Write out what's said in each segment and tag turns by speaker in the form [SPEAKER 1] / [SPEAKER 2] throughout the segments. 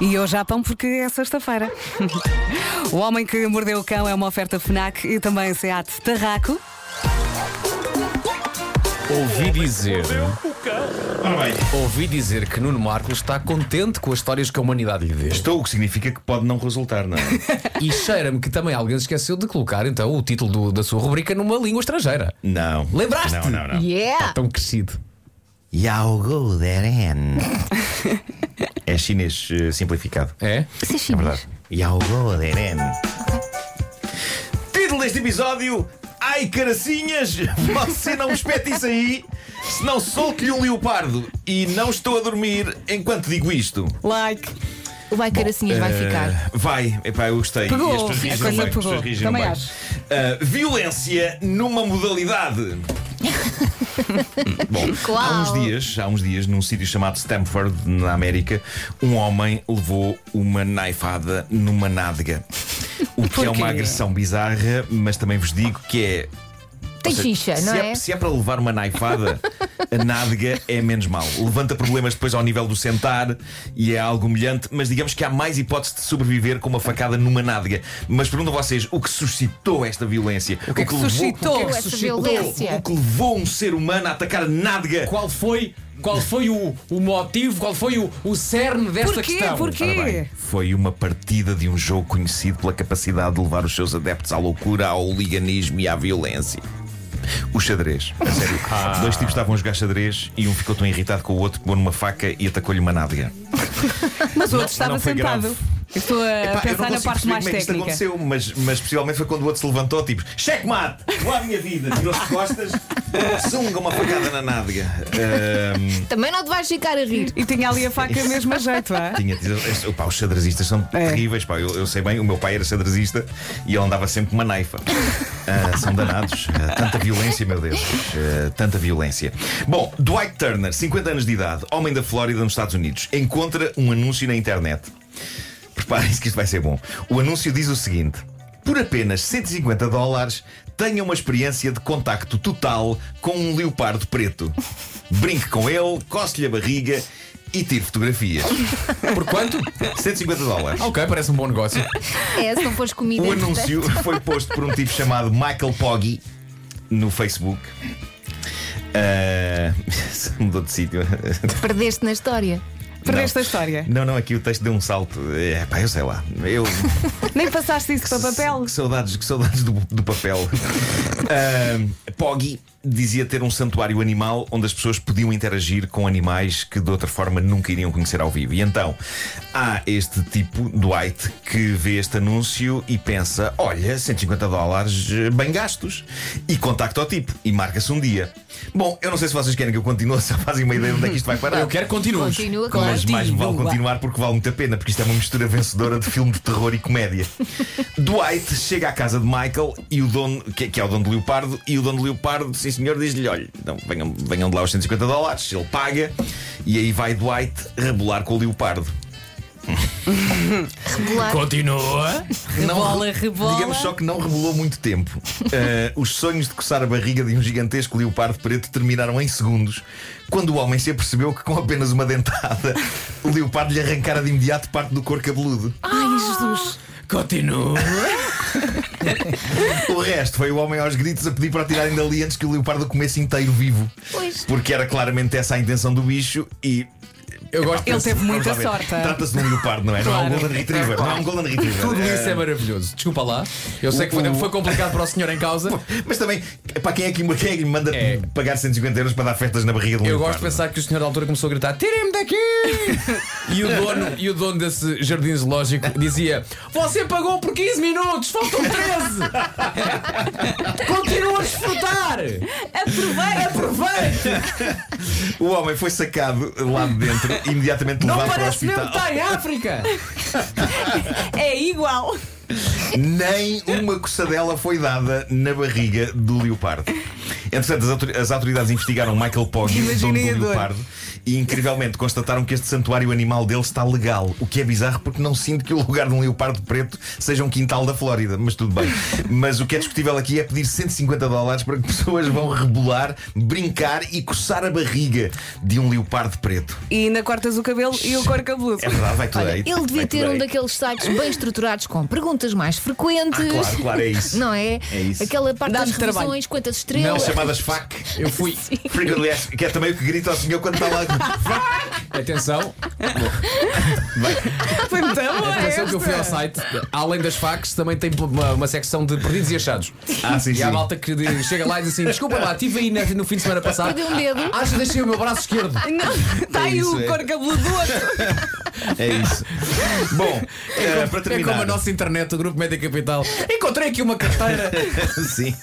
[SPEAKER 1] E hoje há pão porque é sexta-feira. o Homem que Mordeu o Cão é uma oferta FNAC e também SEAT Tarraco.
[SPEAKER 2] Ouvi dizer,
[SPEAKER 3] Ora bem,
[SPEAKER 2] ouvi dizer que Nuno Marcos está contente com as histórias que a humanidade lhe deu.
[SPEAKER 3] estou, o que significa que pode não resultar, não é?
[SPEAKER 2] E cheira-me que também alguém se esqueceu de colocar então o título do- da sua rubrica numa língua estrangeira.
[SPEAKER 3] Não.
[SPEAKER 2] Lembraste?
[SPEAKER 3] Não, não,
[SPEAKER 2] Está
[SPEAKER 3] não.
[SPEAKER 4] Ah.
[SPEAKER 1] Yeah!
[SPEAKER 2] tão crescido.
[SPEAKER 3] Yaogo Deren. É chinês eh, simplificado.
[SPEAKER 2] É?
[SPEAKER 1] Isso é
[SPEAKER 3] É
[SPEAKER 1] chinês.
[SPEAKER 3] verdade. Yaogo Deren. Título deste episódio: Ai caracinhas, você não me espeta isso aí, senão solto-lhe um leopardo. E não estou a dormir enquanto digo isto.
[SPEAKER 1] Like.
[SPEAKER 4] O Vai Caracinhas vai ficar.
[SPEAKER 3] Eh, vai, epá, eu gostei.
[SPEAKER 1] Pegou,
[SPEAKER 3] E as pessoas
[SPEAKER 1] a
[SPEAKER 3] reagiram
[SPEAKER 1] coisa
[SPEAKER 3] bem, as pessoas
[SPEAKER 1] pegou.
[SPEAKER 3] reagiram
[SPEAKER 1] Também
[SPEAKER 3] bem.
[SPEAKER 1] acho.
[SPEAKER 3] Eh, violência numa modalidade. Bom, há uns dias, há uns dias, num sítio chamado Stamford, na América, um homem levou uma naifada numa nádega. O que é
[SPEAKER 1] Porquê?
[SPEAKER 3] uma agressão bizarra, mas também vos digo que é.
[SPEAKER 4] Tem
[SPEAKER 3] ou seja,
[SPEAKER 4] ficha,
[SPEAKER 3] se
[SPEAKER 4] não é?
[SPEAKER 3] Se é para levar uma naifada, a nádega é menos mal. Levanta problemas depois ao nível do sentar e é algo humilhante, mas digamos que há mais hipótese de sobreviver com uma facada numa nádega. Mas pergunto a vocês, o que suscitou esta violência? O
[SPEAKER 2] que é que
[SPEAKER 3] levou-
[SPEAKER 2] suscitou?
[SPEAKER 3] o que é que
[SPEAKER 4] Essa
[SPEAKER 3] suscitou?
[SPEAKER 4] violência.
[SPEAKER 3] O que levou um ser humano a atacar a nádega?
[SPEAKER 2] Qual foi, qual foi o, o motivo, qual foi o, o cerne desta
[SPEAKER 1] Porquê?
[SPEAKER 2] questão?
[SPEAKER 1] Porquê?
[SPEAKER 3] Ora bem, foi uma partida de um jogo conhecido pela capacidade de levar os seus adeptos à loucura, ao liganismo e à violência. O xadrez, a sério. Dois tipos estavam a jogar xadrez e um ficou tão irritado com o outro que pegou numa faca e atacou-lhe uma nádega.
[SPEAKER 1] Mas o
[SPEAKER 3] Não-
[SPEAKER 1] outro estava
[SPEAKER 3] não foi
[SPEAKER 1] sentado.
[SPEAKER 3] grave.
[SPEAKER 1] Eu Estou a
[SPEAKER 3] Epá, eu não
[SPEAKER 1] pensar na parte
[SPEAKER 3] consigo perceber
[SPEAKER 1] mais
[SPEAKER 3] como é que isto
[SPEAKER 1] técnica.
[SPEAKER 3] aconteceu, mas, mas possivelmente foi quando o outro se levantou, tipo, checkmate, boa a minha vida, tirou-se de costas, sunga uma facada na nádega. Ahm,
[SPEAKER 4] Também não te vais ficar a rir.
[SPEAKER 1] E tinha ali a faca mesmo a jeito, ah?
[SPEAKER 3] Tinha tido- esse- pá, os xadrezistas são
[SPEAKER 1] É.
[SPEAKER 3] terríveis. Pá, eu, eu sei bem, o meu pai era xadrezista e ele andava sempre com uma naifa. Ah, são danados. Ah, tanta violência, meu Deus. Ah, tanta violência. Bom, Dwight Turner, 50 anos de idade, homem da Flórida, nos Estados Unidos, encontra um anúncio na internet. Preparem-se que isto vai ser bom. O anúncio diz o seguinte: por apenas 150 dólares, tenha uma experiência de contacto total com um leopardo preto. Brinque com ele, coce-lhe a barriga e tire fotografias.
[SPEAKER 2] Por quanto?
[SPEAKER 3] 150 dólares.
[SPEAKER 2] ok, parece um bom negócio.
[SPEAKER 4] É, se não fores comida.
[SPEAKER 3] O
[SPEAKER 4] entretanto.
[SPEAKER 3] anúncio foi posto por um tipo chamado Michael Poggi no Facebook. Ah, mudou de sítio.
[SPEAKER 4] Perdeste na história.
[SPEAKER 1] Perdeste
[SPEAKER 3] Não.
[SPEAKER 1] a história.
[SPEAKER 3] Não, não, aqui o texto deu um salto. É, pá, eu sei lá. Eu.
[SPEAKER 1] Nem passaste isso para papel.
[SPEAKER 3] Que saudades, que saudades do, do papel. Ahm, Poggi dizia ter um santuário animal onde as pessoas podiam interagir com animais que de outra forma nunca iriam conhecer ao vivo. E então há este tipo, Dwight, que vê este anúncio e pensa: olha, 150 dólares eh, bem gastos. E contacta o tipo e marca-se um dia. Bom, eu não sei se vocês querem que eu continue, se fazem uma ideia de onde é que isto vai parar.
[SPEAKER 2] Eu quero que continues.
[SPEAKER 4] Continua,
[SPEAKER 1] é
[SPEAKER 4] claro.
[SPEAKER 3] Mas mais vale continuar porque vale muito a pena, porque isto é uma mistura vencedora de filme de terror e comédia. Dwight chega à casa de Michael e o dono, que, que é o dono do Leopardo, e o dono do Leopardo, sim senhor, diz-lhe: olha, então, venham, venham de lá os 150 dólares, ele paga, e aí vai Dwight rebolar com o Leopardo.
[SPEAKER 4] Rebolar.
[SPEAKER 2] Continua.
[SPEAKER 1] Rebola,
[SPEAKER 3] re-
[SPEAKER 1] rebola.
[SPEAKER 3] Digamos só que não rebolou muito tempo. Eh, os sonhos de coçar a barriga de um gigantesco leopardo preto terminaram em segundos, quando o homem se apercebeu que, com apenas uma dentada, o leopardo lhe arrancara de imediato parte do corpo cabeludo.
[SPEAKER 4] Ai, Jesus.
[SPEAKER 2] Continua.
[SPEAKER 3] O resto foi o homem aos gritos a pedir para o tirarem dali antes que o leopardo o comesse inteiro vivo.
[SPEAKER 4] Pois.
[SPEAKER 3] Porque era claramente essa a intenção do bicho e.
[SPEAKER 2] Eu gosto
[SPEAKER 1] Ele
[SPEAKER 2] disso.
[SPEAKER 1] teve
[SPEAKER 3] vamos lá
[SPEAKER 1] muita
[SPEAKER 3] ver.
[SPEAKER 1] sorte.
[SPEAKER 3] Trata-se de um leopardo, não é? Não é
[SPEAKER 1] Claro.
[SPEAKER 3] um Golden Retriever. Não é um Golden Retriever.
[SPEAKER 2] Tudo
[SPEAKER 3] Eh,
[SPEAKER 2] isso é maravilhoso. Desculpa lá. Eu sei que foi,
[SPEAKER 3] o-
[SPEAKER 2] foi complicado para o senhor em causa.
[SPEAKER 3] Mas também, para quem é que, quem é que lhe manda
[SPEAKER 2] É.
[SPEAKER 3] pagar 150 euros para dar festas na barriga de um
[SPEAKER 2] Eu
[SPEAKER 3] leopardo?
[SPEAKER 2] gosto assim. de pensar que o senhor da altura começou a gritar: Tirem-me daqui! e, o dono, e o dono desse jardim zoológico dizia: Você pagou por 15 minutos, faltam 13! Continua a desfrutar! Aproveite! Aproveite!
[SPEAKER 3] O homem foi sacado lá de dentro e imediatamente
[SPEAKER 2] Não tá
[SPEAKER 3] levado para o
[SPEAKER 2] parece mesmo
[SPEAKER 3] hospital.
[SPEAKER 2] que está em África!
[SPEAKER 1] É igual.
[SPEAKER 3] nem uma coçadela foi dada na barriga do leopardo. Entretanto, as autor- as autoridades investigaram Michael Poggi, dono
[SPEAKER 1] Imaginei a
[SPEAKER 3] do
[SPEAKER 1] dor.
[SPEAKER 3] leopardo, e incrivelmente constataram que este santuário animal dele está legal, o que é bizarro porque não sinto que o lugar de um leopardo preto seja um quintal da Flórida, mas tudo bem. Mas o que é discutível aqui é pedir 150 dólares para que pessoas vão rebolar, brincar e coçar a barriga de um leopardo preto.
[SPEAKER 1] E ainda cortas o cabelo e o cor cabeludo.
[SPEAKER 3] É verdade, vai tudo
[SPEAKER 4] Olha,
[SPEAKER 3] aí.
[SPEAKER 4] ele devia
[SPEAKER 3] vai tudo
[SPEAKER 4] ter um
[SPEAKER 3] aí.
[SPEAKER 4] daqueles sites bem estruturados com perguntas mais frequentes.
[SPEAKER 3] Ah, claro, claro, é isso.
[SPEAKER 4] Não é?
[SPEAKER 3] É isso.
[SPEAKER 4] Aquela parte
[SPEAKER 1] Dá-me
[SPEAKER 4] das
[SPEAKER 1] trabalho.
[SPEAKER 4] revisões, quantas
[SPEAKER 3] Não,
[SPEAKER 4] estrelas.
[SPEAKER 3] chamadas FAC.
[SPEAKER 2] Eu fui.
[SPEAKER 3] Frequently asked, que é também o que grita ao senhor quando está lá.
[SPEAKER 2] Atenção,
[SPEAKER 1] Foi muito boa
[SPEAKER 2] atenção que eu fui ao
[SPEAKER 1] esta.
[SPEAKER 2] site. Além das facs, também tem uma, uma secção de perdidos e achados.
[SPEAKER 3] Ah, sim,
[SPEAKER 2] e
[SPEAKER 3] sim.
[SPEAKER 2] há a malta que de- chega lá e diz assim: desculpa lá, estive aí na- no fim de semana passado.
[SPEAKER 4] Perdi um dedo.
[SPEAKER 2] Acho que deixei o meu braço esquerdo.
[SPEAKER 1] Não, está aí
[SPEAKER 3] isso,
[SPEAKER 1] o
[SPEAKER 3] é.
[SPEAKER 1] cor cabeludo do outro.
[SPEAKER 3] É isso. Bom, eh, para
[SPEAKER 2] É
[SPEAKER 3] terminar.
[SPEAKER 2] como a nossa internet, o Grupo Média Capital. Encontrei aqui uma carteira.
[SPEAKER 3] Sim.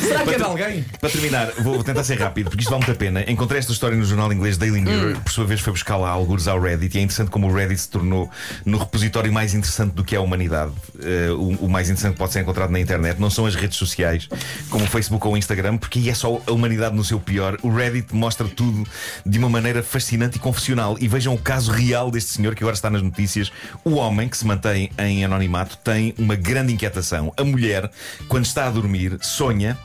[SPEAKER 2] Será que é de
[SPEAKER 3] ter-
[SPEAKER 2] alguém?
[SPEAKER 3] Para terminar, vou vou tentar ser rápido, porque isto vale muito a pena. Encontrei esta história no jornal inglês Daily Mirror, por sua vez foi buscá-la a algures ao Reddit, e é interessante como o Reddit se tornou no repositório mais interessante do que é a humanidade. Eh, o, o mais interessante que pode ser encontrado na internet. Não são as redes sociais, como o Facebook ou o Instagram, porque aí é só a humanidade no seu pior. O Reddit mostra tudo de uma maneira fascinante e confessional. E vejam o caso real deste senhor que agora está nas notícias. O homem que se mantém em anonimato tem uma grande inquietação. A mulher, quando está a dormir, sonha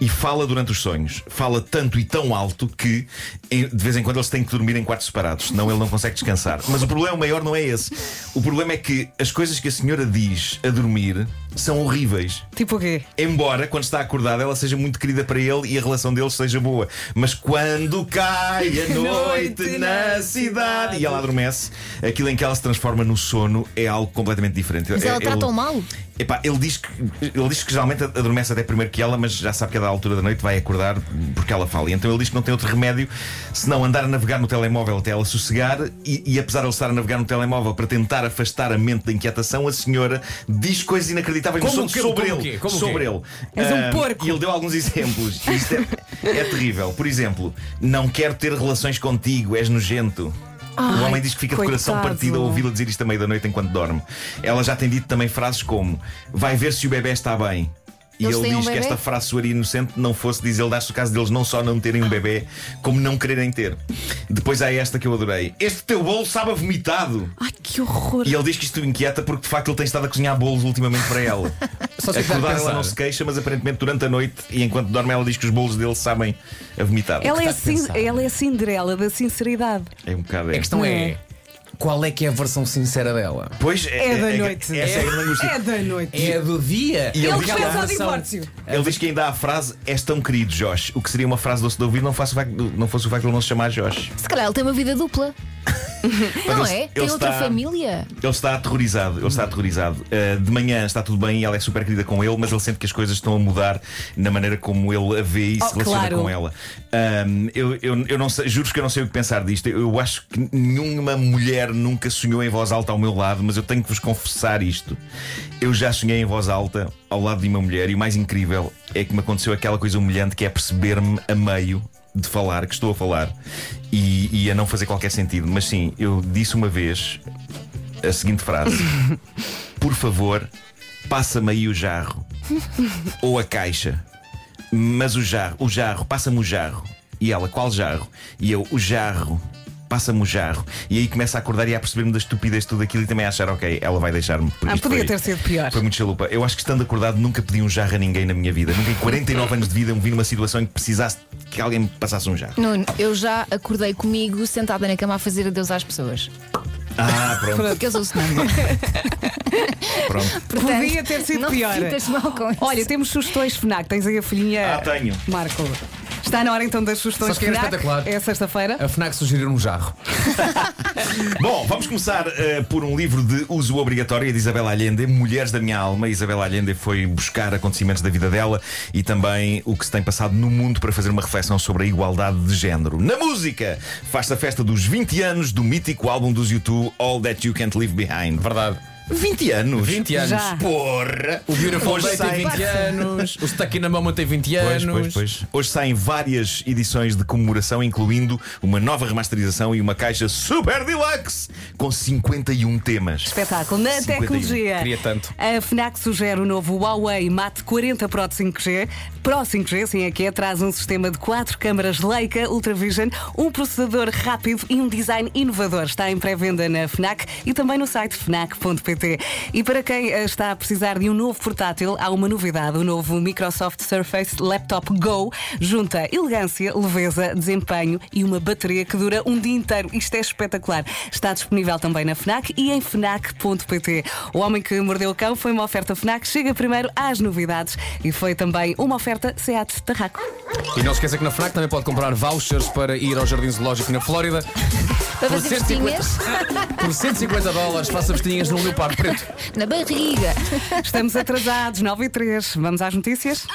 [SPEAKER 3] e fala durante os sonhos. Fala tanto e tão alto que em- de vez em quando eles têm que dormir em quartos separados, senão ele não consegue descansar. Mas o problema maior não é esse. O problema é que as coisas que a senhora diz a dormir são horríveis.
[SPEAKER 1] Tipo o quê?
[SPEAKER 3] Embora, quando está acordada, ela seja muito querida para ele e a relação deles seja boa. Mas quando cai a noite na cidade e ela adormece, aquilo em que ela se transforma no sono é algo completamente diferente.
[SPEAKER 4] Mas ela
[SPEAKER 3] Ele-
[SPEAKER 4] trata-o mal?
[SPEAKER 3] Epá, ele diz, que, ele diz que geralmente adormece até primeiro que ela, mas já sabe que a da altura da noite vai acordar porque ela fala. E então ele diz que não tem outro remédio senão andar a navegar no telemóvel até ela sossegar. E, e apesar de ele estar a navegar no telemóvel para tentar afastar a mente da inquietação, a senhora diz coisas inacreditáveis no
[SPEAKER 2] Como
[SPEAKER 3] sono
[SPEAKER 2] o quê?
[SPEAKER 3] sobre
[SPEAKER 2] Como o
[SPEAKER 3] ele.
[SPEAKER 2] quê? Como o quê?
[SPEAKER 3] sobre ele.
[SPEAKER 1] És um
[SPEAKER 3] Ah,
[SPEAKER 1] porco.
[SPEAKER 3] E ele deu alguns exemplos. Isto é, é terrível. Por exemplo, não quero ter relações contigo, és nojento. o homem diz que fica de coração
[SPEAKER 1] coitado.
[SPEAKER 3] partido a ouvi-lo ouvi-la dizer isto à meia da noite enquanto dorme. Ela já tem dito também frases como: Vai ver se o bebê está bem. E
[SPEAKER 4] Eles
[SPEAKER 3] ele
[SPEAKER 4] têm um
[SPEAKER 3] diz que
[SPEAKER 4] bebé?
[SPEAKER 3] esta frase soaria inocente não fosse, diz ele, dá-se o caso deles não só não terem um bebê, como não quererem ter. Depois há esta que eu adorei: Este teu bolo sabe a vomitado.
[SPEAKER 1] Ai, que horror.
[SPEAKER 3] E ele diz que isto o inquieta porque de facto ele tem estado a cozinhar bolos ultimamente para ela.
[SPEAKER 2] Só sei que dá a
[SPEAKER 3] Acordar ela
[SPEAKER 2] pensar.
[SPEAKER 3] não se queixa, mas aparentemente durante a noite e enquanto dorme ela diz que os bolos dele sabem a vomitado.
[SPEAKER 1] Ela é,
[SPEAKER 2] está a
[SPEAKER 1] cin-
[SPEAKER 2] pensar?
[SPEAKER 1] ela é a Cinderela da sinceridade.
[SPEAKER 3] É um bocado.
[SPEAKER 2] A
[SPEAKER 3] É.
[SPEAKER 2] questão é.
[SPEAKER 1] É.
[SPEAKER 2] Qual é que é a versão sincera dela?
[SPEAKER 3] Pois é,
[SPEAKER 1] É da
[SPEAKER 3] é-
[SPEAKER 1] noite.
[SPEAKER 3] Essa é, a angústia.
[SPEAKER 1] É da noite.
[SPEAKER 2] É a do dia?
[SPEAKER 3] E ele
[SPEAKER 1] Ele
[SPEAKER 3] diz
[SPEAKER 1] fez
[SPEAKER 3] que
[SPEAKER 1] ao
[SPEAKER 3] ela-
[SPEAKER 1] divórcio.
[SPEAKER 3] Ele diz que ainda há a frase És tão querido, Josh O que seria uma frase doce de ouvir Não, faço o facto- não fosse o facto de ele não se chamar Josh
[SPEAKER 4] Se calhar ele tem uma vida dupla. não
[SPEAKER 3] ele-
[SPEAKER 4] é?
[SPEAKER 3] ele
[SPEAKER 4] Tem outra
[SPEAKER 3] está-
[SPEAKER 4] família.
[SPEAKER 3] Ele está aterrorizado, ele está aterrorizado. Uh, de manhã está tudo bem e ela é super querida com ele, mas ele sente que as coisas estão a mudar na maneira como ele a vê e
[SPEAKER 1] Oh,
[SPEAKER 3] se relaciona
[SPEAKER 1] claro.
[SPEAKER 3] com ela. Um, eu, eu, eu não sei, juro que eu não sei o que pensar disto. Eu, eu acho que nenhuma mulher nunca sonhou em voz alta ao meu lado, mas eu tenho que vos confessar isto. Eu já sonhei em voz alta ao lado de uma mulher e o mais incrível é que me aconteceu aquela coisa humilhante que é perceber-me a meio de falar, que estou a falar e, e a não fazer qualquer sentido. Mas sim, eu disse uma vez a seguinte frase: Por favor, passa-me aí o jarro ou a caixa. Mas o jarro, o jarro, passa-me o jarro. E ela, qual jarro? E eu, o jarro, passa-me o jarro. E aí começa a acordar e a perceber-me da estupidez de tudo aquilo e também a achar, ok, ela vai deixar-me. porque
[SPEAKER 1] Ah,
[SPEAKER 3] isto
[SPEAKER 1] podia
[SPEAKER 3] foi-
[SPEAKER 1] ter sido pior.
[SPEAKER 3] Foi muito chalupa. Eu acho que estando acordado nunca pedi um jarro a ninguém na minha vida. Nunca em 49 anos de vida me vi numa situação em que precisasse que alguém me passasse um jarro.
[SPEAKER 4] Nuno, eu já acordei comigo sentada na cama a fazer adeus às pessoas.
[SPEAKER 3] Ah, pronto,
[SPEAKER 4] Porque eu sou sonâmbula.
[SPEAKER 3] pronto.
[SPEAKER 4] Portanto,
[SPEAKER 1] Podia ter sido
[SPEAKER 4] não
[SPEAKER 1] pior.
[SPEAKER 4] Te sintas mal com isso.
[SPEAKER 1] Olha, temos sugestões FNAC. Tens aí a folhinha.
[SPEAKER 3] Ah, tenho.
[SPEAKER 1] Marco. Está na hora então das sugestões
[SPEAKER 2] Sabes que era
[SPEAKER 1] FNAC.
[SPEAKER 2] espetacular?
[SPEAKER 1] É sexta-feira.
[SPEAKER 2] A Fnac sugeriu um jarro.
[SPEAKER 3] Bom, vamos começar eh, por um livro de uso obrigatório é de Isabel Allende, Mulheres da Minha Alma. Isabel Allende foi buscar acontecimentos da vida dela e também o que se tem passado no mundo para fazer uma reflexão sobre a igualdade de género. Na música, faz-se a festa dos 20 anos do mítico álbum dos YouTube All That You Can't Leave Behind.
[SPEAKER 2] Verdade.
[SPEAKER 3] 20 anos.
[SPEAKER 2] 20 anos.
[SPEAKER 1] Já.
[SPEAKER 3] Porra!
[SPEAKER 2] O Beautiful
[SPEAKER 3] Hoje
[SPEAKER 2] Day tem
[SPEAKER 3] sai-
[SPEAKER 2] 20 anos, o Stuck na Mama tem 20
[SPEAKER 3] Pois,
[SPEAKER 2] anos.
[SPEAKER 3] pois, pois. Hoje saem várias edições de comemoração, incluindo uma nova remasterização e uma caixa super deluxe com 51 temas.
[SPEAKER 1] Espetáculo na
[SPEAKER 3] 51.
[SPEAKER 1] tecnologia.
[SPEAKER 2] Queria tanto.
[SPEAKER 1] A FNAC sugere o novo Huawei Mate 40 Pro de 5G. Pro 5G, sim, é que é, traz um sistema de quatro câmaras Leica Ultravision, um processador rápido e um design inovador. Está em pré-venda na FNAC e também no site fnac.pt. E para quem eh, está a precisar de um novo portátil, há uma novidade. O novo Microsoft Surface Laptop Go junta elegância, leveza, desempenho e uma bateria que dura um dia inteiro. Isto é espetacular. Está disponível também na FNAC e em FNAC.pt. O Homem que Mordeu o Cão foi uma oferta FNAC, chega primeiro às novidades e foi também uma oferta SEAT Tarraco.
[SPEAKER 2] E não se esqueça que na FNAC também pode comprar vouchers para ir ao Jardim Zoológico na Flórida
[SPEAKER 4] Para fazer festinhas
[SPEAKER 2] por 150 dólares. Faça vestinhas num leopardo preto.
[SPEAKER 4] na barriga.
[SPEAKER 1] Estamos atrasados, 9 e 3. Vamos às notícias?